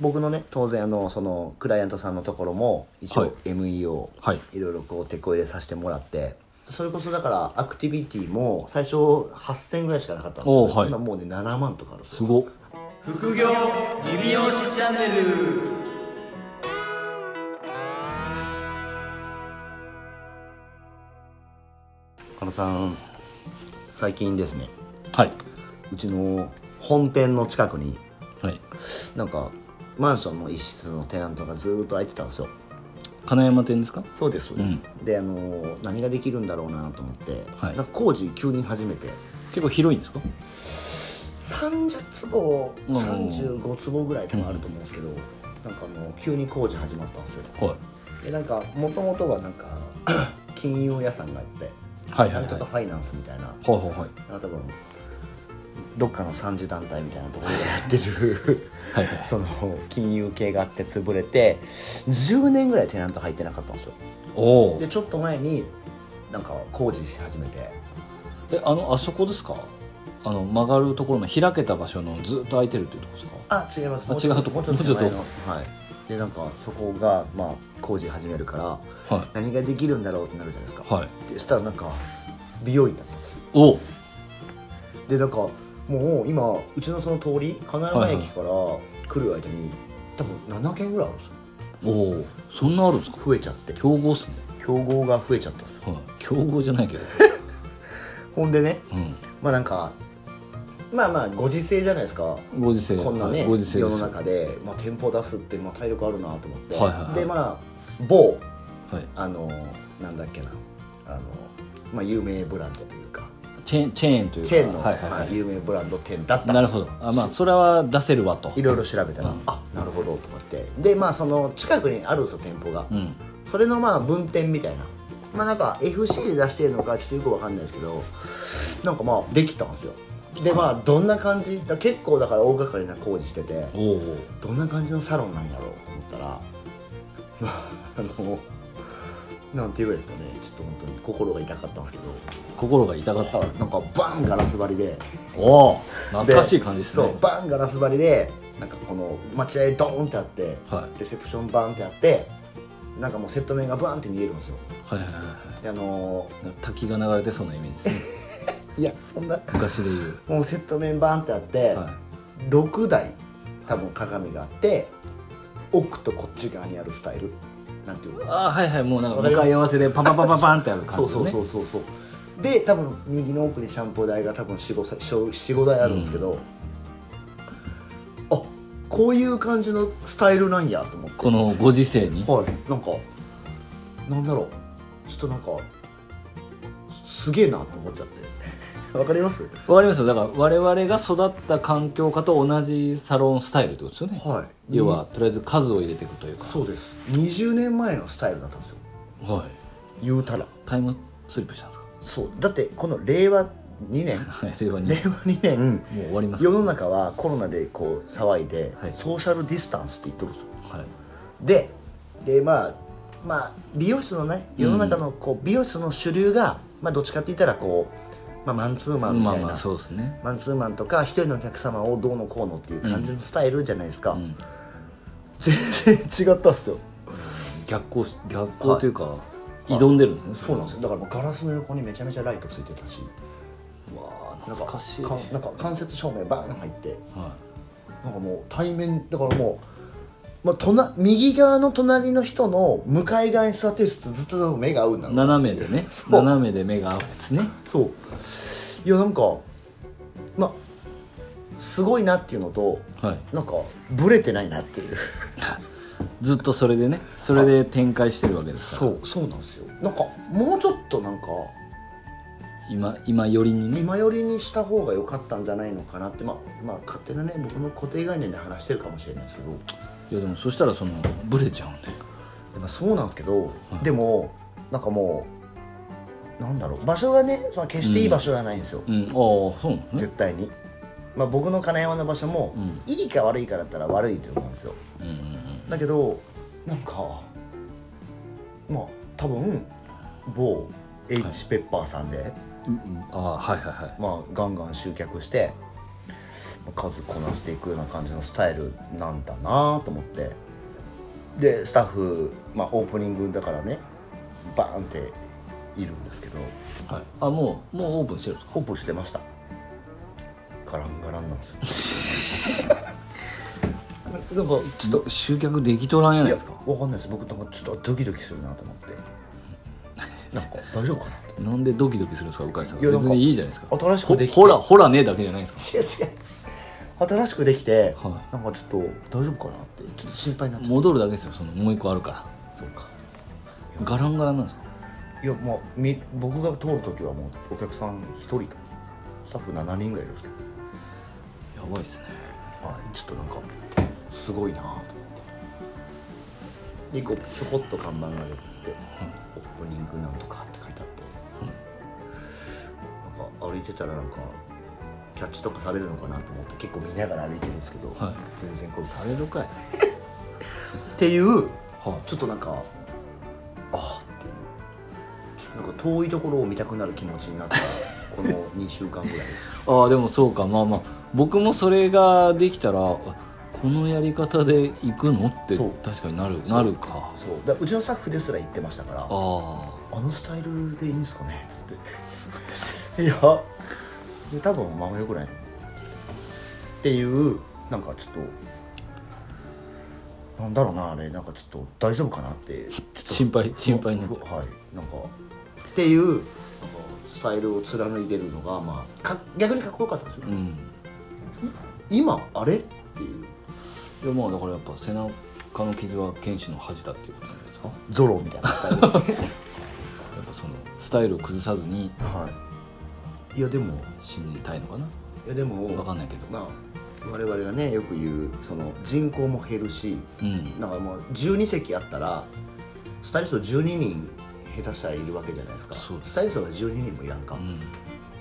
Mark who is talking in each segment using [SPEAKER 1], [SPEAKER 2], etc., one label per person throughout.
[SPEAKER 1] 僕のね当然あのそのクライアントさんのところも一
[SPEAKER 2] は
[SPEAKER 1] 応
[SPEAKER 2] い
[SPEAKER 1] MEO、
[SPEAKER 2] はい
[SPEAKER 1] い、ろいろこう手こ入れさせてもらってそれこそだからアクティビティも最初8000ぐらいしかなかったんですけど、
[SPEAKER 2] おーはい
[SPEAKER 1] 今もうね7万とかあるんですよ
[SPEAKER 2] すごっ
[SPEAKER 1] 副業リビオシチャンネル岡野さん最近ですね
[SPEAKER 2] はいう
[SPEAKER 1] ちの本店の近くに
[SPEAKER 2] はい
[SPEAKER 1] なんかマンションの一室のテナントがずーっと空いてたんですよ
[SPEAKER 2] 金山店ですか
[SPEAKER 1] そうですそうです、であのー何ができるんだろうなと思って、
[SPEAKER 2] はい
[SPEAKER 1] なんか工事急に始めて
[SPEAKER 2] 結構広いんですか
[SPEAKER 1] 30坪
[SPEAKER 2] うん
[SPEAKER 1] 35坪ぐらい多分あると思うんですけど、なんかあの急に工事始まったんですよ
[SPEAKER 2] は
[SPEAKER 1] でなんかもともとはなんか 金融屋さんがあって、
[SPEAKER 2] はいはいはい
[SPEAKER 1] なんとかファイナンスみたいない
[SPEAKER 2] はいはいはい
[SPEAKER 1] なんか多分どっかの三次団体みたいなところでやってる
[SPEAKER 2] はいはい
[SPEAKER 1] その金融系があって潰れて10年ぐらいテナント入ってなかったんですよ
[SPEAKER 2] おお
[SPEAKER 1] でちょっと前になんか工事し始めて
[SPEAKER 2] えあのあそこですかあの曲がるところの開けた場所のずっと空いてるっていうところです
[SPEAKER 1] あ違
[SPEAKER 2] か
[SPEAKER 1] います
[SPEAKER 2] あ
[SPEAKER 1] もうちょっ
[SPEAKER 2] 違うとこ
[SPEAKER 1] もうちょっと前の
[SPEAKER 2] もう
[SPEAKER 1] はいでなんかそこがまあ工事始めるから
[SPEAKER 2] は
[SPEAKER 1] 何ができるんだろうってなるじゃないですか、
[SPEAKER 2] いはい
[SPEAKER 1] でしたらなんか美容院だったんですよ
[SPEAKER 2] おお
[SPEAKER 1] でなんかもう今うちのその通り金山駅から来る間に、多分7軒ぐらいあるんですよ
[SPEAKER 2] おおそんなあるんですか
[SPEAKER 1] 増えちゃって
[SPEAKER 2] 競合っすね、
[SPEAKER 1] 競合が増えちゃった
[SPEAKER 2] はい、競合じゃないけど、
[SPEAKER 1] ほんでね
[SPEAKER 2] う
[SPEAKER 1] まあなんかまあまあご時世じゃないですか
[SPEAKER 2] ん、ご時世
[SPEAKER 1] こんなね、
[SPEAKER 2] はいご時世
[SPEAKER 1] 世の
[SPEAKER 2] ですよ
[SPEAKER 1] 中で、まあ、店舗出すって、まあ、体力あるなと思って、
[SPEAKER 2] はいはいはい
[SPEAKER 1] でまあ某
[SPEAKER 2] はい、
[SPEAKER 1] あのなんだっけなあの、まあ、有名ブランドというか
[SPEAKER 2] チェーンチェーンというか
[SPEAKER 1] チェーンの、
[SPEAKER 2] はいはいは
[SPEAKER 1] まあ
[SPEAKER 2] い、
[SPEAKER 1] 有名ブランド店だったんで
[SPEAKER 2] なる
[SPEAKER 1] す
[SPEAKER 2] ほ
[SPEAKER 1] よ
[SPEAKER 2] どあまあそれは出せるわと
[SPEAKER 1] いろいろ調べたら、あなるほどと思ってでまあその近くにあるんですよ店舗が、
[SPEAKER 2] うん
[SPEAKER 1] それのまあ分店みたいなまあなんか FC で出してるのかちょっとよくわかんないですけどなんかまあできたんですよでまあどんな感じだ結構だから大掛かりな工事してて
[SPEAKER 2] おお
[SPEAKER 1] どんな感じのサロンなんやろうと思ったらまああのなんて言えばいいですかねちょっと本当に心が痛かったんですけ
[SPEAKER 2] 心が痛かった
[SPEAKER 1] どなんかバンガラス張りで
[SPEAKER 2] おお懐かしい感じです
[SPEAKER 1] そ
[SPEAKER 2] ね
[SPEAKER 1] うバンガラス張りでなんかこの待合ドーンってあって、
[SPEAKER 2] はい
[SPEAKER 1] レセプションバーンってあってなんかもうセット面がバーンって見えるんですよ
[SPEAKER 2] はいはいはいは
[SPEAKER 1] であの
[SPEAKER 2] い滝が流れてそうなイメージですね
[SPEAKER 1] ーいやそんな
[SPEAKER 2] 昔でいう
[SPEAKER 1] もうセット面バーンってあって、
[SPEAKER 2] は
[SPEAKER 1] 6台多分鏡があって奥とこっち側にあるスタイルなんていうの
[SPEAKER 2] ああはいはいもうなんか
[SPEAKER 1] わかり
[SPEAKER 2] 向
[SPEAKER 1] ます
[SPEAKER 2] かい合わせでパンパンパンパンパンってある
[SPEAKER 1] そ
[SPEAKER 2] 感
[SPEAKER 1] う
[SPEAKER 2] じ
[SPEAKER 1] そ
[SPEAKER 2] の
[SPEAKER 1] う
[SPEAKER 2] ね
[SPEAKER 1] そうそうそうで多分右の奥にシャンプー台が多分45台あるんですけど、あこういう感じのスタイルなんやと思って
[SPEAKER 2] このご時世に
[SPEAKER 1] はいなんかなんだろうちょっとなんかすすげえなと思っちゃって わかります
[SPEAKER 2] わかりますよだから我々が育った環境下と同じサロンスタイルってことですよね
[SPEAKER 1] はい
[SPEAKER 2] 要はとりあえず数を入れていくという
[SPEAKER 1] に
[SPEAKER 2] か
[SPEAKER 1] そうです20年前のスタイルだったんですよ
[SPEAKER 2] はい
[SPEAKER 1] 言うたら
[SPEAKER 2] タイムスリップしたんですか
[SPEAKER 1] そうだってこの令和2年
[SPEAKER 2] はい 令和に
[SPEAKER 1] 令和2年
[SPEAKER 2] もう終わります
[SPEAKER 1] 世の中はコロナでこう騒いで、
[SPEAKER 2] はい
[SPEAKER 1] ソーシャルディスタンスって言っとるんですよ
[SPEAKER 2] はい
[SPEAKER 1] ででまあまあ美容室のね世の中のこう美容室の主流が、まあ、どっちかって言ったらこう、まあ、マンツーマンみ
[SPEAKER 2] ま
[SPEAKER 1] た
[SPEAKER 2] あ
[SPEAKER 1] いな、
[SPEAKER 2] まあそうですね
[SPEAKER 1] マンツーマンとか一人のお客様をどうのこうのっていう感じのスタイルじゃないですか、
[SPEAKER 2] うん
[SPEAKER 1] 全然違ったっすよ
[SPEAKER 2] 逆行し逆行というか、挑んでるんですね
[SPEAKER 1] そうなんですよだからもうガラスの横にめちゃめちゃライトついてたし
[SPEAKER 2] うわー
[SPEAKER 1] なん
[SPEAKER 2] 懐かしい
[SPEAKER 1] かんなんか間接照明バーン入って
[SPEAKER 2] は
[SPEAKER 1] なんかもう対面だからもう、まあ、隣右側の隣の人の向かい側に座ってる人とずっと目が合うんだ
[SPEAKER 2] い
[SPEAKER 1] ろうな
[SPEAKER 2] 斜めでね
[SPEAKER 1] そう
[SPEAKER 2] 斜めで目が合うんですね
[SPEAKER 1] そういやなんかまあすごいなっていうのと
[SPEAKER 2] はい
[SPEAKER 1] なんかブレてないなっていう
[SPEAKER 2] ずっとそれでねそれで展開してるわけですから
[SPEAKER 1] う そうなんですよなんかもうちょっとなんか
[SPEAKER 2] 今今よりにね
[SPEAKER 1] 今寄りにした方が良かったんじゃないのかなってまあまあ勝手なね僕の固定概念で話してるかもしれないですけど
[SPEAKER 2] いやでもそしたらそのブレちゃうんで
[SPEAKER 1] まあ、そうなんですけど、でもなんかもうなんだろう場所がねその決していい場所じゃないんですよ、
[SPEAKER 2] うんああそうなのね
[SPEAKER 1] 絶対に、まあ、僕の金山の場所も、
[SPEAKER 2] ん
[SPEAKER 1] いいか悪いかだったら悪いと思うんですよ
[SPEAKER 2] うんうんうん
[SPEAKER 1] だけどなんかまあ多分某 H ペッパーさんで、
[SPEAKER 2] うんああはいはいはい
[SPEAKER 1] まあ、ガンガン集客してまあ数こなしていくような感じのスタイルなんだなと思ってでスタッフ、まあ、オープニングだからねバーンっているんですけど
[SPEAKER 2] はい、あもうもうオープンしてるんですか
[SPEAKER 1] オープンしてましたガランガランなんです よななんかちょっと
[SPEAKER 2] 集客できとらんやないい
[SPEAKER 1] や、
[SPEAKER 2] ですか
[SPEAKER 1] わかんないです。僕なんかちょっとドキドキするなと思って。なんか大丈夫かなって。
[SPEAKER 2] なんでドキドキするんですか鵜飼さん
[SPEAKER 1] いやなん
[SPEAKER 2] 別
[SPEAKER 1] か
[SPEAKER 2] にいいじゃないですか
[SPEAKER 1] 新しくできて
[SPEAKER 2] ほほらほらねだけじゃないんですか
[SPEAKER 1] 違う違う。新しくできて、
[SPEAKER 2] は
[SPEAKER 1] なんかちょっと大丈夫かなってちょっと心配になっちゃ
[SPEAKER 2] 戻るだけですよそのもう一個あるか
[SPEAKER 1] う。そうか。
[SPEAKER 2] らガランガランなんですか
[SPEAKER 1] いやもうみ僕が通る時はもうお客さん一人とスタッフ七人ぐらいいるんですけど、
[SPEAKER 2] やばいっすね
[SPEAKER 1] はい、ちょっとなんかすごいなと思って。でこうひょこっと看板が出て、オープニングなんとかって書いてあって。なんか歩いてたらなんかキャッチとかされるのかなと思って結構見ながら歩いてるんですけど、
[SPEAKER 2] はい
[SPEAKER 1] 全然こう
[SPEAKER 2] されるかい
[SPEAKER 1] っていう
[SPEAKER 2] は
[SPEAKER 1] ちょっとなんかああっていうちょっとなんか遠いところを見たくなる気持ちにな ったこの2週間ぐらい
[SPEAKER 2] いああでもそうかまあまあ僕もそれができたらあこのやり方で行くのって
[SPEAKER 1] そう
[SPEAKER 2] 確かになるなるか
[SPEAKER 1] そうだうちのスタッフですら言ってましたから
[SPEAKER 2] ああ
[SPEAKER 1] あのスタイルでいいんですかねっつ っていや多分あんまよくないと思うっていうなんかちょっとなんだろうなあれなんかちょっと大丈夫かなってちょっと
[SPEAKER 2] 心配心配になっちゃう
[SPEAKER 1] はいなんかっていうなんかスタイルを貫いてるのが、まあ、か逆にかっこよかったですよ、
[SPEAKER 2] うん
[SPEAKER 1] 今あれっていう
[SPEAKER 2] いやまあだからやっぱ背中の傷は剣士の恥だっていうことなんじゃないですか
[SPEAKER 1] ゾロみたいなスタイルです ね
[SPEAKER 2] やっぱそのスタイルを崩さずに
[SPEAKER 1] はいいやでも
[SPEAKER 2] 信じたいのかない
[SPEAKER 1] やでも
[SPEAKER 2] わかんないけど
[SPEAKER 1] まあ我々がねよく言うその人口も減るし
[SPEAKER 2] うん
[SPEAKER 1] なんかもう12席あったらスタイリスト12人下手したらいるわけじゃないですか
[SPEAKER 2] そうです
[SPEAKER 1] スタイリストが12人もいらんか、
[SPEAKER 2] うん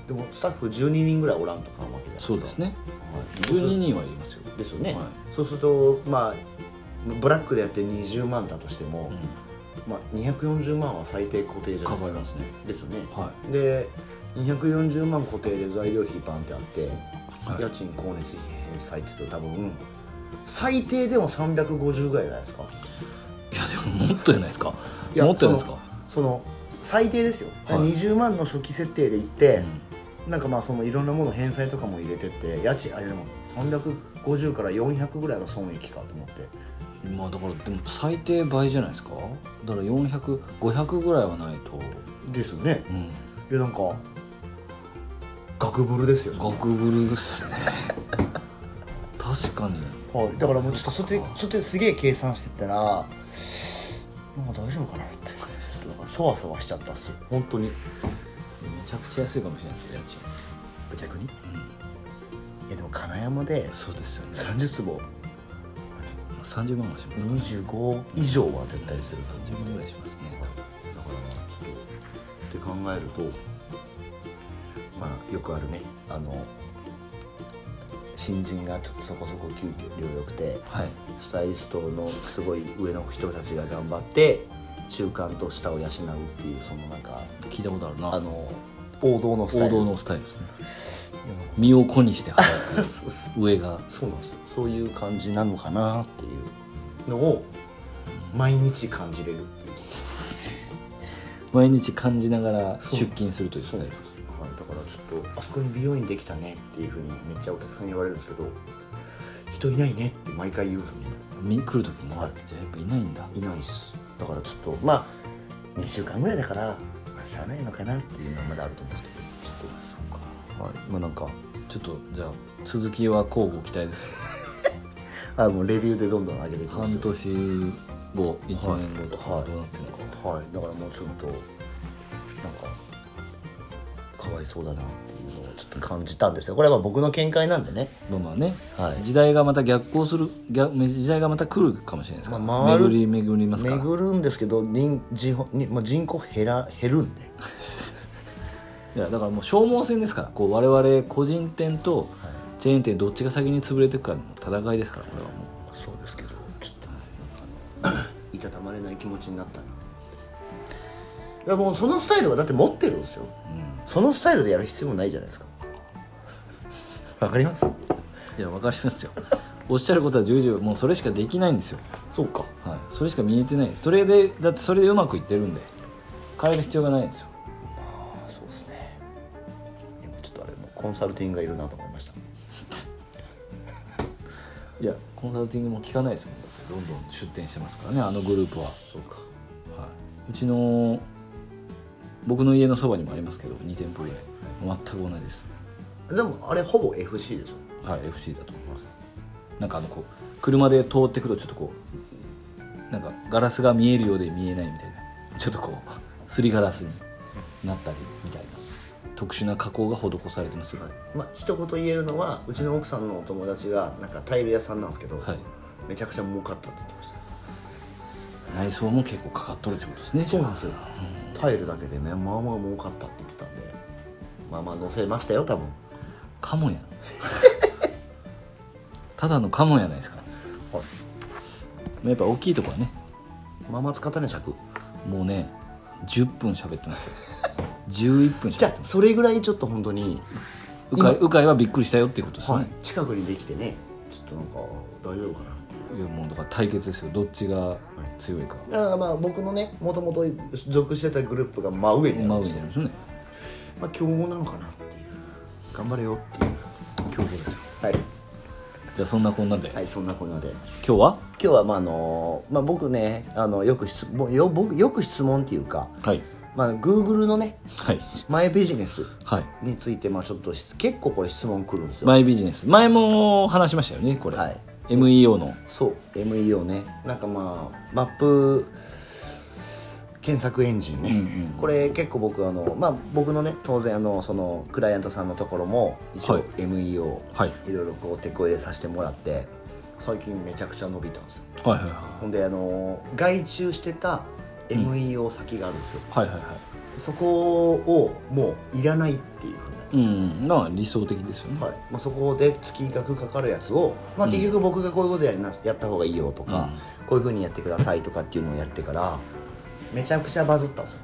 [SPEAKER 1] でもスタッフ12人ぐらいおらんとかんわけじゃないですか
[SPEAKER 2] そうです、ね
[SPEAKER 1] はい、
[SPEAKER 2] 12人はいりますよ
[SPEAKER 1] ですよね、
[SPEAKER 2] は
[SPEAKER 1] そうするとまあブラックでやって20万だとしても、
[SPEAKER 2] う
[SPEAKER 1] まあ、240万は最低固定じ
[SPEAKER 2] ん
[SPEAKER 1] ゃな
[SPEAKER 2] か
[SPEAKER 1] いで
[SPEAKER 2] か
[SPEAKER 1] すか
[SPEAKER 2] りますね
[SPEAKER 1] ですよね、
[SPEAKER 2] は
[SPEAKER 1] で240万固定で材料費バンってあって、
[SPEAKER 2] はい
[SPEAKER 1] 家賃光熱費返済って言うと多分最低でも350ぐらいじゃないですか
[SPEAKER 2] いやでももっとじゃないですか
[SPEAKER 1] いや
[SPEAKER 2] もっとじゃないですか
[SPEAKER 1] その最低ですよ、
[SPEAKER 2] はい
[SPEAKER 1] 20万の初期設定で行って、
[SPEAKER 2] うん
[SPEAKER 1] なんかまあそのいろんなもの返済とかも入れてって家賃あでも350から400ぐらいが損益かと思って
[SPEAKER 2] まあだからでも最低倍じゃないですかだから400500ぐらいはないと
[SPEAKER 1] ですよね
[SPEAKER 2] うん
[SPEAKER 1] いやなんか額ぶるですよ
[SPEAKER 2] 学ぶるです ね確かに
[SPEAKER 1] はい、だからもうちょっとそれでそれですげえ計算してったらなんか大丈夫かなってちょっとなんかそわそわしちゃったっすよ本当に
[SPEAKER 2] めちゃくちゃ安いかもしれないですよ家賃
[SPEAKER 1] 逆に、いやでも金山で
[SPEAKER 2] そうですよね
[SPEAKER 1] 30坪
[SPEAKER 2] 30万はします
[SPEAKER 1] 25以上は絶対する感じ
[SPEAKER 2] 30万ぐらいしますね
[SPEAKER 1] だからまあちょっとって考えるとまあよくあるねあの新人がちょっとそこそこ給料良くて
[SPEAKER 2] はい
[SPEAKER 1] スタイリストのすごい上の人たちが頑張って中間と下を養うっていうそのなんか
[SPEAKER 2] 聞いたことある
[SPEAKER 1] あ
[SPEAKER 2] な
[SPEAKER 1] の王道のスタ
[SPEAKER 2] 王
[SPEAKER 1] イル
[SPEAKER 2] 道のスタイルですね身を粉にして働く上が
[SPEAKER 1] そうなんですよそういう感じなのかなっていうのを毎日感じれるっていう
[SPEAKER 2] 毎日感じながら出勤するというスタイルです
[SPEAKER 1] はい、だからちょっとあそこに美容院できたねっていうふうにめっちゃお客さんに言われるんですけど人いないねって毎回言うんですよみんな
[SPEAKER 2] み来る時に、
[SPEAKER 1] はい
[SPEAKER 2] じゃあやっぱいないんだ
[SPEAKER 1] いないっすだからちょっとまあ2週間ぐらいだから、まあ、しゃあないのかなっていうのはまだあると思うんですけどちょっ
[SPEAKER 2] そうか
[SPEAKER 1] とはいまあなんか
[SPEAKER 2] ちょっとじゃあ続きは交互期待です
[SPEAKER 1] あもうレビューでどんどん上げていきま
[SPEAKER 2] 半
[SPEAKER 1] すよ
[SPEAKER 2] 年後1年後と
[SPEAKER 1] は
[SPEAKER 2] か
[SPEAKER 1] い
[SPEAKER 2] どうなってるのか、
[SPEAKER 1] はいだからもうちょっとなんかかわいそうだなっていうのをちょっと感じたんですよこれはまあ僕の見解なんでね
[SPEAKER 2] まあまあね、
[SPEAKER 1] はい
[SPEAKER 2] 時代がまた逆行する逆時代がまた来るかもしれないですから、
[SPEAKER 1] まあ回る
[SPEAKER 2] 巡り巡りますから
[SPEAKER 1] 巡るんですけど人人口にまあ、人口減ら減る んで
[SPEAKER 2] いやだからもう消耗戦ですからこう我々個人店とチェーン店どっちが先に潰れていくかの戦いですからこれはもう
[SPEAKER 1] まあそうですけどちょっとなんかあのいたたまれない気持ちになったないやもうそのスタイルはだって持って るんですよ、そのスタイルでやる必要もないじゃないですかわかります
[SPEAKER 2] いやわかりますよ おっしゃることは重々もうそれしかできないんですよ、
[SPEAKER 1] そうか
[SPEAKER 2] はい、それしか見えてないですそれでだってそれでうまくいってるんで変える必要がないんですよ
[SPEAKER 1] ああそうですねいやちょっとあれもコンサルティングがいるなと思いました
[SPEAKER 2] いやコンサルティングも聞かないですもんだってどんどん出店してますからねあのグループは、
[SPEAKER 1] そうか
[SPEAKER 2] はい、うちの僕の家のそばにもありますけど2店舗ぐらい全く同じです
[SPEAKER 1] でもあれほぼ FC でしょ
[SPEAKER 2] はい FC だと思いますなんかあのこう車で通ってくるとちょっとこうなんかガラスが見えるようで見えないみたいなちょっとこうすりガラスになったりみたいな特殊な加工が施されてますよ、
[SPEAKER 1] まあ一言言えるのはうちの奥さんのお友達がなんかタイル屋さんなんですけど、
[SPEAKER 2] はい
[SPEAKER 1] めちゃくちゃ儲かったって言ってました
[SPEAKER 2] 内装も結構かかっとるってことですね
[SPEAKER 1] そうなんですよ、タイルだけでねまあまあ儲かったって言ってたんでまあまあ載せましたよ多分
[SPEAKER 2] カモやんただのカモやないですから
[SPEAKER 1] はい
[SPEAKER 2] やっぱ大きいとこはね
[SPEAKER 1] まあまあ使ったね尺
[SPEAKER 2] もうね10分喋ってますよ11分
[SPEAKER 1] じ
[SPEAKER 2] 喋
[SPEAKER 1] ゃ
[SPEAKER 2] って
[SPEAKER 1] あ
[SPEAKER 2] ます
[SPEAKER 1] それぐらいちょっと本当に、
[SPEAKER 2] うかいうかいはびっくりしたよっていうことですね、
[SPEAKER 1] はい、近くにできてねちょっとなんか大丈夫かなっていう
[SPEAKER 2] いやもうだから対決ですよどっちが強いか、
[SPEAKER 1] だからまあ僕のねもともと属してたグループが真上にある
[SPEAKER 2] 真
[SPEAKER 1] ん
[SPEAKER 2] 上
[SPEAKER 1] です
[SPEAKER 2] に
[SPEAKER 1] よ
[SPEAKER 2] なるんですよね
[SPEAKER 1] まあ強豪なのかなっていう頑張れよっていう
[SPEAKER 2] 強豪ですよ
[SPEAKER 1] はい
[SPEAKER 2] じゃあそんなこんなんで、
[SPEAKER 1] はいそんなこんなで
[SPEAKER 2] 今日は
[SPEAKER 1] 今日はまああのまあ僕ねあのよく質問よ僕よく質問っていうか
[SPEAKER 2] はい
[SPEAKER 1] まあ Google のね
[SPEAKER 2] はい
[SPEAKER 1] マイビジネス
[SPEAKER 2] はい
[SPEAKER 1] についてまあちょっとし結構これ質問来るんですよ
[SPEAKER 2] マイビジネス前も話しましたよねこれ、
[SPEAKER 1] はい
[SPEAKER 2] MEO の
[SPEAKER 1] そう MEO ねなんかまあマップ検索エンジンね、
[SPEAKER 2] うんうん
[SPEAKER 1] これ結構僕あのまあ僕のね当然あのそのクライアントさんのところも一
[SPEAKER 2] はい
[SPEAKER 1] 応 MEO、
[SPEAKER 2] はい
[SPEAKER 1] いろいろこう手こ入れさせてもらって最近めちゃくちゃ伸びたんですよ
[SPEAKER 2] はいはいは
[SPEAKER 1] ほんであの外注してた MEO 先があるんですよ、
[SPEAKER 2] いはいはいはい
[SPEAKER 1] そこをもういらないっていうふうになって
[SPEAKER 2] うんまあ理想的ですよね、
[SPEAKER 1] はいまあ、そこで月額かかるやつを、まあ、結局僕がこういうことやりなやった方がいいよとか、こういうふうにやってくださいとかっていうのをやってからめちゃくちゃバズったんですよ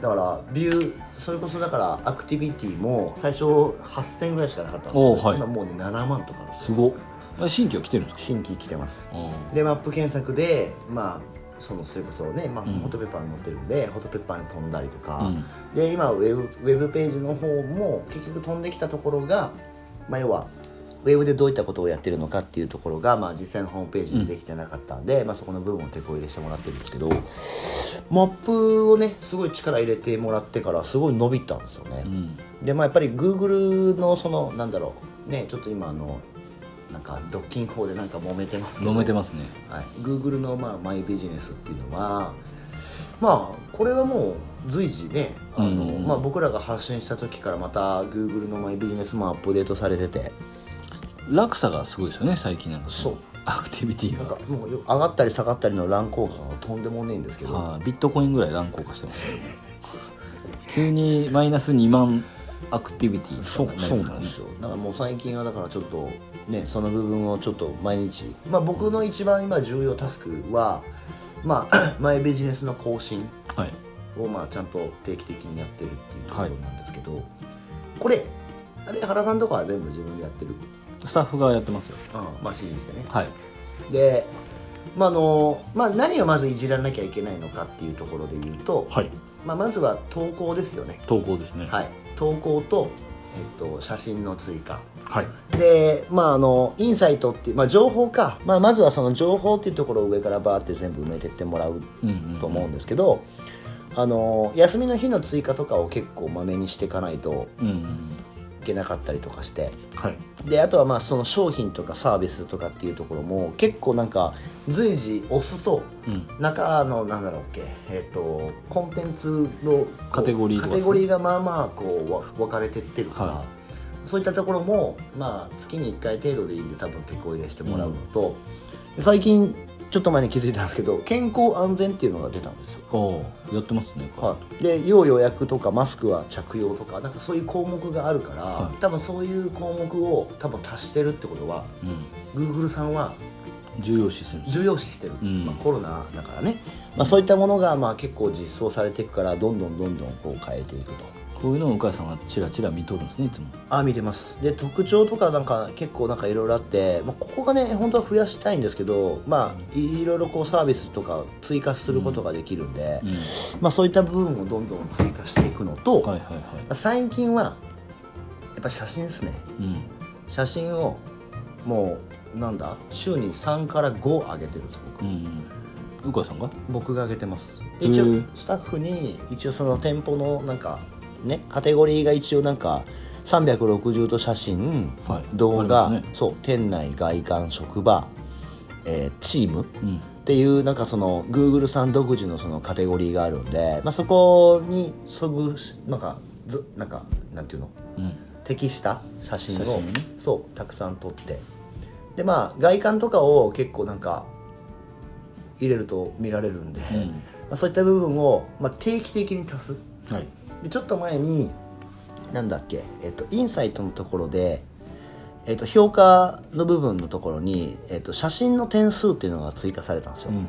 [SPEAKER 1] だからビューそれこそだからアクティビティも最初8000ぐらいしかなかったんです
[SPEAKER 2] お
[SPEAKER 1] よ
[SPEAKER 2] ーはい
[SPEAKER 1] 今もうね7万とかあるんですよ
[SPEAKER 2] すごっあ新規は来てるんですか
[SPEAKER 1] 新規来てます
[SPEAKER 2] うん
[SPEAKER 1] でマップ検索でまあそのそれこそね、まあ、
[SPEAKER 2] うん
[SPEAKER 1] ホットペッパーに載ってるんで、ホットペッパーに飛んだりとか、
[SPEAKER 2] うん
[SPEAKER 1] で今ウェブウェブページの方も結局飛んできたところが、まあ、要はウェブでどういったことをやってるのかっていうところが、まあ、実際のホームページにできてなかったんで、まあ、そこの部分を手こ入れしてもらってるんですけどマップをねすごい力入れてもらってからすごい伸びたんですよね。
[SPEAKER 2] うん
[SPEAKER 1] でまあやっぱり Google のそのなんだろうねちょっと今あのなんかドッキン法でなんか揉めてますけど
[SPEAKER 2] 飲めてますね
[SPEAKER 1] はい、Google の、まあ、マイビジネスっていうのはまあこれはもう随時ねあの、
[SPEAKER 2] うんうん
[SPEAKER 1] まあ、僕らが発信した時からまた Google のマイビジネスもアップデートされてて
[SPEAKER 2] 落差がすごいですよね最近なんか
[SPEAKER 1] そう
[SPEAKER 2] アクティビティ
[SPEAKER 1] なん
[SPEAKER 2] が
[SPEAKER 1] かもうよ上がったり下がったりの乱高下がとんでもねえんですけど、
[SPEAKER 2] はいビットコインぐらい乱高化してますね急にマイナス2万アクティビティ
[SPEAKER 1] そう
[SPEAKER 2] とかになり
[SPEAKER 1] そうな
[SPEAKER 2] ますから
[SPEAKER 1] ん
[SPEAKER 2] ね
[SPEAKER 1] ですよだからもう最近はだからちょっとねその部分をちょっと毎日、まあ、僕の一番今重要タスクは、まあ、 マイビジネスの更新
[SPEAKER 2] はい
[SPEAKER 1] をまあちゃんと定期的にやってるっていうところなんですけど、これあれ原さんとかは全部自分でやってる、うん、
[SPEAKER 2] スタッフがやってますよ
[SPEAKER 1] まあ指示してね
[SPEAKER 2] はい
[SPEAKER 1] で、まああのまあ、何をまずいじらなきゃいけないのかっていうところで言うと、
[SPEAKER 2] はい
[SPEAKER 1] まあ、まずは投稿ですよね
[SPEAKER 2] 投稿ですね
[SPEAKER 1] はい投稿と、えっと、写真の追加
[SPEAKER 2] はい
[SPEAKER 1] でまああのインサイトっていう、まあ、情報か、まあ、まずはその情報っていうところを上からバーって全部埋めてってもらう
[SPEAKER 2] うんうん
[SPEAKER 1] と思うんですけど、あの休みの日の追加とかを結構まめにしていかないと
[SPEAKER 2] うんうん
[SPEAKER 1] いけなかったりとかして
[SPEAKER 2] はい
[SPEAKER 1] であとはまあその商品とかサービスとかっていうところも結構なんか随時押すと
[SPEAKER 2] うん
[SPEAKER 1] 中のなんだろうっけ、えっとコンテンツのこう
[SPEAKER 2] カテゴリーと
[SPEAKER 1] カ
[SPEAKER 2] か
[SPEAKER 1] テゴリーがまあまあこうわ分かれてってるから、
[SPEAKER 2] は
[SPEAKER 1] そういったところも、まあ、月に1回程度でいいんで多分手こ入れしてもらうのと、最近ちょっと前に気づいたんですけど健康安全っていうのが出たんですよ。
[SPEAKER 2] おおやってますねこれ
[SPEAKER 1] はい、で要予約とかマスクは着用とかなんかそういう項目があるから、
[SPEAKER 2] はい
[SPEAKER 1] 多分そういう項目を多分足してるってことは
[SPEAKER 2] うん
[SPEAKER 1] Google さんは
[SPEAKER 2] 重要視するんです
[SPEAKER 1] 重要視してる、
[SPEAKER 2] うん
[SPEAKER 1] まあ、コロナだからね、まあ、そういったものがまあ結構実装されていくからどんどんどんどんこう変えていくと
[SPEAKER 2] こういうのを岡谷さんはチラチラ見とるんですねいつも
[SPEAKER 1] あ見てますで特徴とかなんか結構なんかいろいろあって、まあ、ここがね本当は増やしたいんですけどまあいいろいろこうサービスとか追加することができるんで、まあ、そういった部分をどんどん追加していくのと、
[SPEAKER 2] はい
[SPEAKER 1] ま
[SPEAKER 2] はいはい
[SPEAKER 1] あ最近はやっぱ写真ですね
[SPEAKER 2] うん
[SPEAKER 1] 写真をもうなんだ週に3から5上げてるんです僕
[SPEAKER 2] うんうん岡谷さんが
[SPEAKER 1] 僕が上げてます
[SPEAKER 2] へー
[SPEAKER 1] 一応スタッフに一応その店舗のなんかねカテゴリーが一応なんか360度写真、
[SPEAKER 2] はい
[SPEAKER 1] 動
[SPEAKER 2] あ
[SPEAKER 1] 画、
[SPEAKER 2] りますね
[SPEAKER 1] そう店内外観職場、えーチームっ
[SPEAKER 2] うん
[SPEAKER 1] ていうなんかその Google さん独自のそのカテゴリーがあるんで、まあ、そこにそぐしなんかずなんかなんていうの
[SPEAKER 2] うん
[SPEAKER 1] 適した写真を
[SPEAKER 2] 写真ね
[SPEAKER 1] そうたくさん撮ってでまあ外観とかを結構なんか入れると見られるんで、
[SPEAKER 2] うん
[SPEAKER 1] まあ、そういった部分を、まあ、定期的に足す
[SPEAKER 2] はい
[SPEAKER 1] でちょっと前になんだっけ、えっとインサイトのところで、えっと評価の部分のところに、えっと写真の点数っていうのが追加されたんですよ、
[SPEAKER 2] うんうん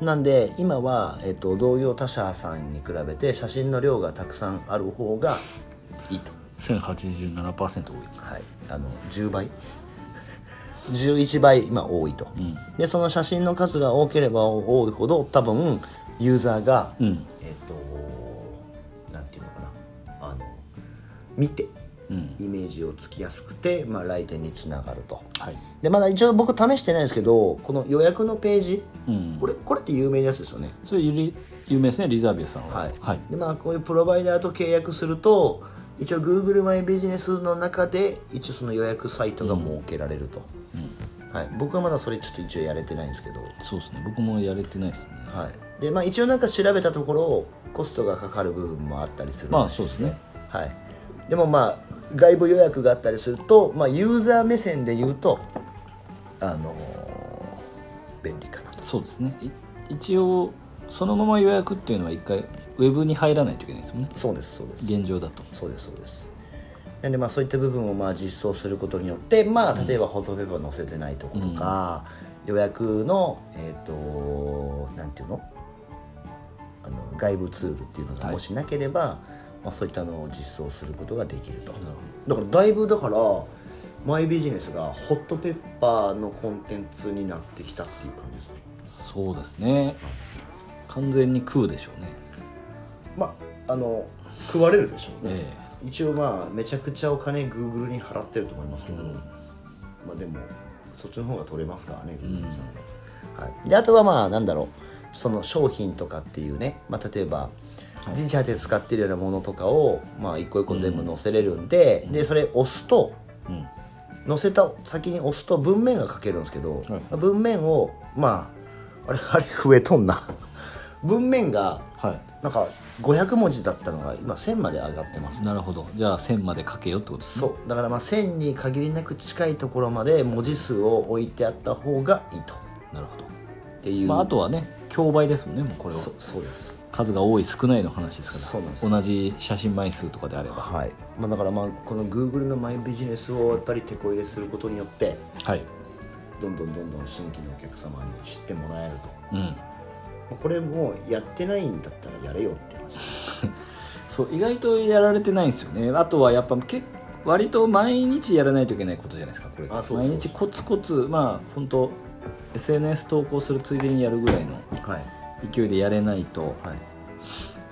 [SPEAKER 1] なんで今は、えっと同業他社さんに比べて写真の量がたくさんある方がいいと
[SPEAKER 2] 1087%多いです
[SPEAKER 1] はい、あの10倍11倍今多いと、
[SPEAKER 2] ん
[SPEAKER 1] でその写真の数が多ければ多いほど多分ユーザーが、
[SPEAKER 2] うん
[SPEAKER 1] えっ、となんていうのかなあの見て
[SPEAKER 2] うん
[SPEAKER 1] イメージをつきやすくて、まあ、来店につながると
[SPEAKER 2] はい
[SPEAKER 1] でまだ一応僕試してないんですけどこの予約のページ、
[SPEAKER 2] うん
[SPEAKER 1] これこれって有名なやつですよね
[SPEAKER 2] それゆり有名ですねリザービアさんは
[SPEAKER 1] はい
[SPEAKER 2] はい
[SPEAKER 1] でまあ、こういうプロバイダーと契約すると一応 Google マイビジネスの中で一応その予約サイトが設けられると、はい、僕はまだそれちょっと一応やれてないんですけど、
[SPEAKER 2] そうですね僕もやれてないですね
[SPEAKER 1] はいでまあ、一応なんか調べたところコストがかかる部分もあったりする
[SPEAKER 2] まあ
[SPEAKER 1] らしい
[SPEAKER 2] そうですね
[SPEAKER 1] はい、でもまあ外部予約があったりすると、まあ、ユーザー目線で言うとあのー便利かなと
[SPEAKER 2] そうですねい一応そのまま予約っていうのは一回ウェブに入らないといけないですもんね
[SPEAKER 1] そうですそうです
[SPEAKER 2] 現状だと
[SPEAKER 1] そうですそうですなんでまあそういった部分をまあ実装することによってまあ例えばフォトペーパー載せてないとことか、予約のえっ、となんていうのあの外部ツールっていうのが
[SPEAKER 2] はい
[SPEAKER 1] もしなければ、まあ、そういったのを実装することができるとだからだいぶだからマイビジネスがホットペッパーのコンテンツになってきたっていう感じですね
[SPEAKER 2] そうですね完全に食うでしょうね
[SPEAKER 1] まああの食われるでしょうね、
[SPEAKER 2] え
[SPEAKER 1] 一応まあめちゃくちゃお金グーグルに払ってると思いますけど、まあでもそっちの方が取れますからね Google さんは、はい、であとはまあなんだろうその商品とかっていうね、まあ、例えば自社で使ってるようなものとかをまあ一個一個全部載せれるんで、でそれ押すと
[SPEAKER 2] えうん
[SPEAKER 1] 載せた先に押すと文面が書けるんですけど、
[SPEAKER 2] はい
[SPEAKER 1] 文面をまああれあれ増えとんな 文面が
[SPEAKER 2] は
[SPEAKER 1] なんか500文字だったのが今1000まで上がってます
[SPEAKER 2] いなるほどじゃあ1000までかけようってことですね
[SPEAKER 1] そうだからまあ線に限りなく近いところまで文字数を置いてあった方がいいと
[SPEAKER 2] なるほど、
[SPEAKER 1] っていう、
[SPEAKER 2] まあ、あとはね競売ですもんねもうこれは
[SPEAKER 1] そそうです
[SPEAKER 2] 数が多い少ないの話ですから
[SPEAKER 1] そうなんです
[SPEAKER 2] 同じ写真枚数とかであれば
[SPEAKER 1] はい、まあ、だからまあこの Google のマイビジネスをやっぱり手こ入れすることによって
[SPEAKER 2] はい
[SPEAKER 1] どんどんどんどん新規のお客様に知ってもらえると
[SPEAKER 2] うん
[SPEAKER 1] まあこれもうやってないんだったらやれよって話
[SPEAKER 2] そう意外とやられてないんですよねあとはやっぱけ割と毎日やらないといけないことじゃないですかこれ
[SPEAKER 1] あそうそう
[SPEAKER 2] 毎日コツコツまあ本当 SNS 投稿するついでにやるぐらいの
[SPEAKER 1] はい
[SPEAKER 2] 勢いでやれないと
[SPEAKER 1] はい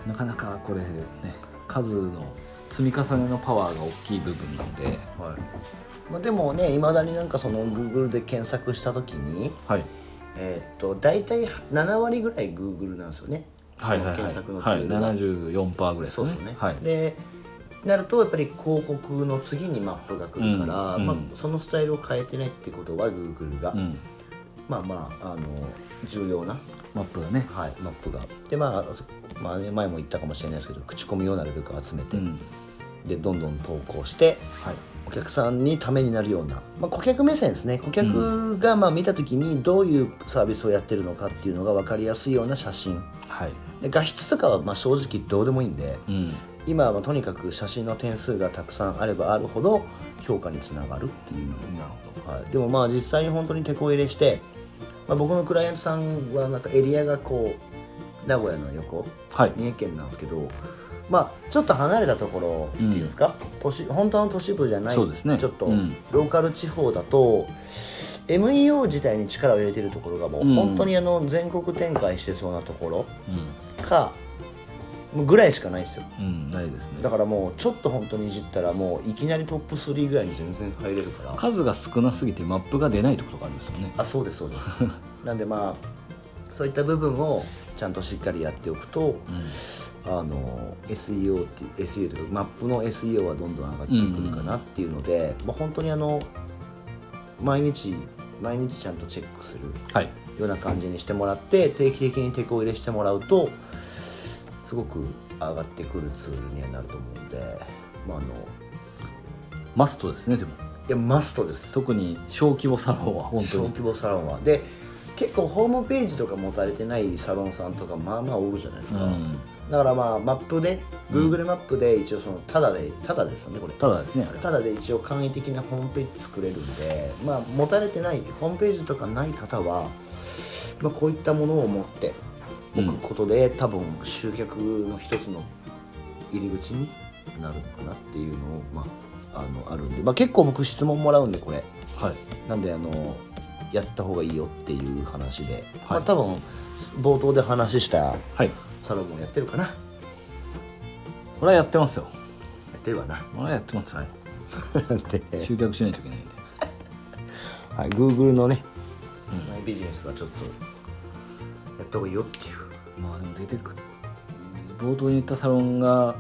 [SPEAKER 2] なかなかこれね数の積み重ねのパワーが大きい部分なんで
[SPEAKER 1] はい、まあ、でもねいまだになんかその Google で検索した時に
[SPEAKER 2] はい
[SPEAKER 1] えーっと大体7割ぐらい Google なんですよね
[SPEAKER 2] はいはいはい
[SPEAKER 1] その検索のツ
[SPEAKER 2] はい
[SPEAKER 1] ールが、
[SPEAKER 2] 74%ぐらいです
[SPEAKER 1] そう
[SPEAKER 2] ね
[SPEAKER 1] ですよね、
[SPEAKER 2] はい
[SPEAKER 1] でなるとやっぱり広告の次にマップが来るから、
[SPEAKER 2] うん
[SPEAKER 1] まあ
[SPEAKER 2] うん、
[SPEAKER 1] そのスタイルを変えてないってことは Google が、
[SPEAKER 2] うん、
[SPEAKER 1] まあまああの重要な、
[SPEAKER 2] マップがね
[SPEAKER 1] はい、マップがでまあそまあね、前も言ったかもしれないですけど口コミをなるべく集め
[SPEAKER 2] う
[SPEAKER 1] て、
[SPEAKER 2] ん
[SPEAKER 1] でどんどん投稿して
[SPEAKER 2] はい
[SPEAKER 1] お客さんにためになるような、まあ、顧客目線ですね顧客がまあ見た時にどういうサービスをやってるのかっていうのが分かりやすいような写真
[SPEAKER 2] はい
[SPEAKER 1] で画質とかはまあ正直どうでもいいんで、
[SPEAKER 2] うん
[SPEAKER 1] 今はまあとにかく写真の点数がたくさんあればあるほど評価につながるっていう、
[SPEAKER 2] なるほ
[SPEAKER 1] はい、でもまあ実際に本当に手こ入れして、まあ、僕のクライアントさんはなんかエリアがこう名古屋の横
[SPEAKER 2] どはい
[SPEAKER 1] 三重県なんですけどまあ、ちょっと離れたところっていうんですか、都市本当の都市部じゃない
[SPEAKER 2] そうですね
[SPEAKER 1] ちょっと、
[SPEAKER 2] うん
[SPEAKER 1] ローカル地方だと MEO 自体に力を入れてるところがもう
[SPEAKER 2] うん
[SPEAKER 1] 本当にあの全国展開してそうなところ
[SPEAKER 2] うん
[SPEAKER 1] かぐらいしかないんですよ
[SPEAKER 2] うんないですね
[SPEAKER 1] だからもうちょっと本当にいじったらもういきなりトップ3ぐらいに全然入れるから
[SPEAKER 2] 数が少なすぎてマップが出ないってことがありますよね
[SPEAKER 1] あそうです そうですなんでまあそういった部分をちゃんとしっかりやっておくと、あの SEO っていう SEO というかマップの SEO はどんどん上がってくるかなっていうので、まあ、本当にあの毎日毎日ちゃんとチェックするよ
[SPEAKER 2] はい、
[SPEAKER 1] うな感じにしてもらって定期的にテこ入れしてもらうとすごく上がってくるツールにはなると思うんで、まあ、あの
[SPEAKER 2] マストですねでも
[SPEAKER 1] いやマストです
[SPEAKER 2] 特に小規模サロンは本当
[SPEAKER 1] 小
[SPEAKER 2] に
[SPEAKER 1] 規模サロンはで結構ホームページとか持たれてないサロンさんとかまあまあおるじゃないです
[SPEAKER 2] う
[SPEAKER 1] か、
[SPEAKER 2] ん
[SPEAKER 1] だからまあマップで Google マップで一応そのタダでタダですよねこれ
[SPEAKER 2] ただですねあれは
[SPEAKER 1] タダで一応簡易的なホームページ作れるんでまあ持たれてないホームページとかない方は、まあ、こういったものを持っておくことで、多分集客の一つの入り口になるのかなっていうのをまああのあるんで、まあ、結構僕質問もらうんでこれ
[SPEAKER 2] はい
[SPEAKER 1] なんであのやった方がいいよっていう話で、ま
[SPEAKER 2] は
[SPEAKER 1] あ
[SPEAKER 2] い
[SPEAKER 1] 多分冒頭で話した
[SPEAKER 2] はい
[SPEAKER 1] サロンもやってるかなや
[SPEAKER 2] これはやってますよ
[SPEAKER 1] ってるわな
[SPEAKER 2] これはやってますよ、
[SPEAKER 1] で、
[SPEAKER 2] 集客しない といけないんで
[SPEAKER 1] はい、Google のね、マイビジネスはちょっとやった方がいいよっていう
[SPEAKER 2] まあでも出てく冒頭に言ったサロンが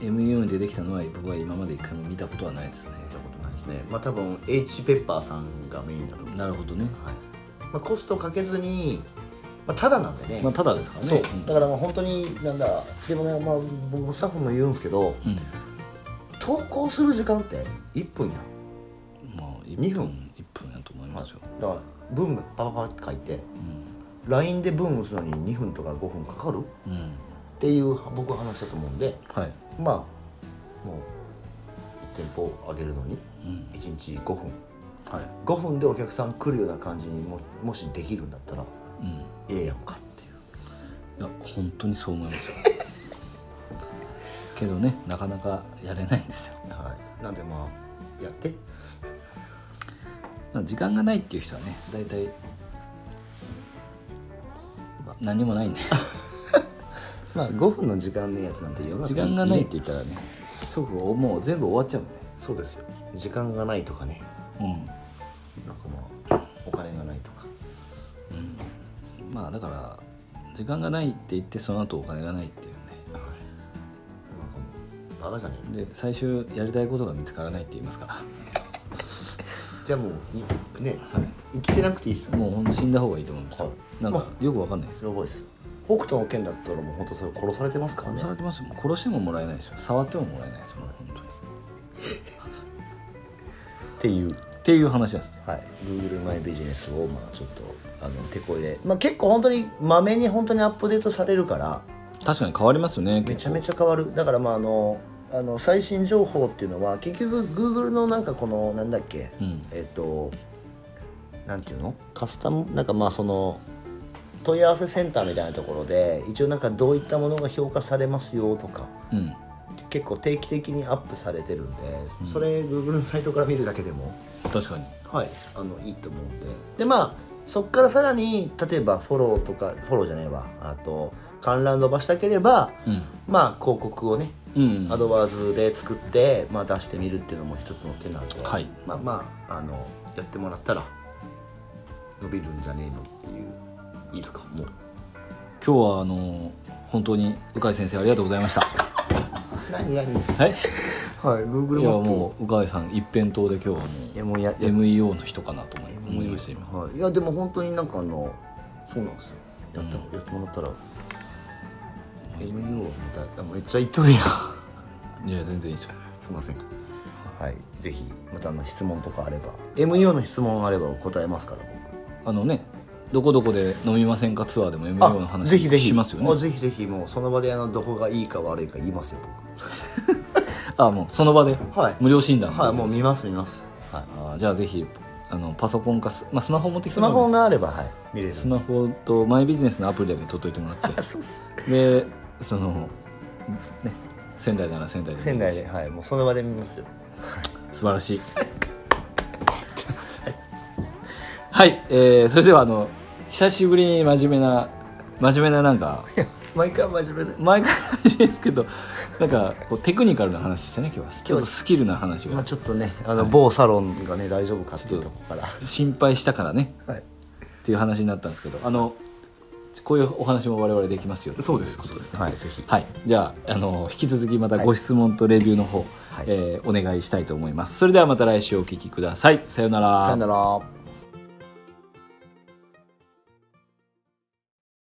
[SPEAKER 2] MU に出てきたのは僕は今まで一回も見たことはないですね
[SPEAKER 1] 見たことないですねまあ多分 H ペッパーさんがメインだと思う、
[SPEAKER 2] なるほどね、
[SPEAKER 1] はいまあ、コストかけずに、まあ、ただなんでね、
[SPEAKER 2] まあ、ただですからね
[SPEAKER 1] そう
[SPEAKER 2] うん
[SPEAKER 1] だからもう本当になんだでもね、まあ、僕もスタッフも言うんですけど
[SPEAKER 2] うん
[SPEAKER 1] 投稿する時間って1分やん
[SPEAKER 2] まあ、1
[SPEAKER 1] 二分
[SPEAKER 2] 分1分やと思いますよ、
[SPEAKER 1] だから文パパパって書いて
[SPEAKER 2] う
[SPEAKER 1] LINE で文打つのに2分とか5分かかるっ
[SPEAKER 2] ん、うん、
[SPEAKER 1] ていう僕は話だと思うんで
[SPEAKER 2] はい、
[SPEAKER 1] まあもう店舗を上げるのに
[SPEAKER 2] うん、
[SPEAKER 1] 1日5分
[SPEAKER 2] はい、
[SPEAKER 1] 5分でお客さん来るような感じにももしできるんだったら
[SPEAKER 2] うん、い
[SPEAKER 1] ええやんかっていう
[SPEAKER 2] や本当にそう思いますよ けどねなかなかやれないんですよ
[SPEAKER 1] はいなんでまあやって
[SPEAKER 2] まあ時間がないっていう人はね大体、まあ、何もない んで
[SPEAKER 1] まあ5分の時間ねえやつなんて世の中
[SPEAKER 2] 時間がないって言ったらね即もう全部終わっちゃうんで
[SPEAKER 1] そうですよ時間がないとかね
[SPEAKER 2] うん
[SPEAKER 1] なんかまあお金がないとか
[SPEAKER 2] まあだから時間がないって言ってその後お金がないっていう
[SPEAKER 1] はいなんかもうバカじゃねえの
[SPEAKER 2] ねで最終やりたいことが見つからないって言いますか
[SPEAKER 1] じゃあもういね、
[SPEAKER 2] はい
[SPEAKER 1] 生きてなくていいっすよ
[SPEAKER 2] らもうほんと死んだ方がいいと思うんですよ、
[SPEAKER 1] は
[SPEAKER 2] なんかよくわかんないです
[SPEAKER 1] やばいっすよ北斗の剣だったらもう本当それ殺されてますから
[SPEAKER 2] 殺
[SPEAKER 1] ね
[SPEAKER 2] されてますよもう殺してももらえないですよ触ってももらえないですよ本当に
[SPEAKER 1] っていう
[SPEAKER 2] っていう話なんですよ
[SPEAKER 1] はい Google マイビジネスをまあちょっとあの手こ入れまあ結構本当にまめに本当にアップデートされるから
[SPEAKER 2] 確かに変わりますよね
[SPEAKER 1] めちゃめ
[SPEAKER 2] ち
[SPEAKER 1] ちゃ変わるだからまああのあの最新情報っていうのは結局 Google のなんかこのなんだっけ、
[SPEAKER 2] うん
[SPEAKER 1] えっ、となんていうのカスタムなんかまあその問い合わせセンターみたいなところで一応なんかどういったものが評価されますよとか
[SPEAKER 2] ゃうん
[SPEAKER 1] 結構定期的にアップされてるんで、それ Google のサイトから見るだけでも
[SPEAKER 2] 確かに
[SPEAKER 1] はいあのいいと思うんででまあそこからさらに例えばフォローとかフォローじゃないわあと観覧伸ばしたければ
[SPEAKER 2] う
[SPEAKER 1] まあ広告をね
[SPEAKER 2] んうん
[SPEAKER 1] アドワーズで作って、まあ、出してみるっていうのも一つの手なんで、
[SPEAKER 2] はい
[SPEAKER 1] まあまああのやってもらったら伸びるんじゃねえのっていういいですかもう
[SPEAKER 2] 今日はあの本当に鵜飼先生ありがとうござい ました
[SPEAKER 1] 何 何
[SPEAKER 2] はい
[SPEAKER 1] はい Google
[SPEAKER 2] いや
[SPEAKER 1] マップ
[SPEAKER 2] もう鵜飼さん一辺倒で今日はも
[SPEAKER 1] いやもうや
[SPEAKER 2] う MEO の人かなと思い思いました今
[SPEAKER 1] はい、いやでも本当になんかあのそうなんですよやった、やってもらったら MU をまたあめっちゃ言っとるやん
[SPEAKER 2] いや全然いいですよ
[SPEAKER 1] すいませんはいぜひまたあの質問とかあれば MU の質問あれば答えますから
[SPEAKER 2] あのねどこどこで飲みませんかツアーでも MEO
[SPEAKER 1] 僕
[SPEAKER 2] の話
[SPEAKER 1] ぜひぜひ
[SPEAKER 2] しますよ
[SPEAKER 1] あ
[SPEAKER 2] ね
[SPEAKER 1] ぜひぜひもうその場であのどこがいいか悪いか言いますよ
[SPEAKER 2] あもうその場で
[SPEAKER 1] 僕はい
[SPEAKER 2] 無料診断
[SPEAKER 1] はいもう見ます見ます、は
[SPEAKER 2] あじゃあぜひあのパソコンかス,、まあ、スマホ持って
[SPEAKER 1] い、
[SPEAKER 2] き
[SPEAKER 1] ス
[SPEAKER 2] て
[SPEAKER 1] マ
[SPEAKER 2] も
[SPEAKER 1] ホがあればはい見れる
[SPEAKER 2] スマホとマイビジネスのアプリだけ取っといてもらって
[SPEAKER 1] あそうっす
[SPEAKER 2] でそのね仙台なら仙台で
[SPEAKER 1] 仙台ではいもうその場で見ますよ
[SPEAKER 2] 素晴らしいはい、えーそれではあの久しぶりに真面目な真面目ななんか
[SPEAKER 1] いや毎回真面目で
[SPEAKER 2] 毎回話ですけどなんかこうテクニカルな話でしたね今日はちょっとスキルな話
[SPEAKER 1] まあ
[SPEAKER 2] が
[SPEAKER 1] ちょっとねあの某サロンがね大丈夫かっていうとこから
[SPEAKER 2] 心配したからね
[SPEAKER 1] はい
[SPEAKER 2] っていう話になったんですけどあのこういうお話も我々できますよ
[SPEAKER 1] そうですそうですはいぜひ
[SPEAKER 2] はい、じゃああの引き続きまたご質問とレビューの方、
[SPEAKER 1] はい
[SPEAKER 2] えーお願いしたいと思いますそれではまた来週お聞きくださいさよう
[SPEAKER 1] さよなら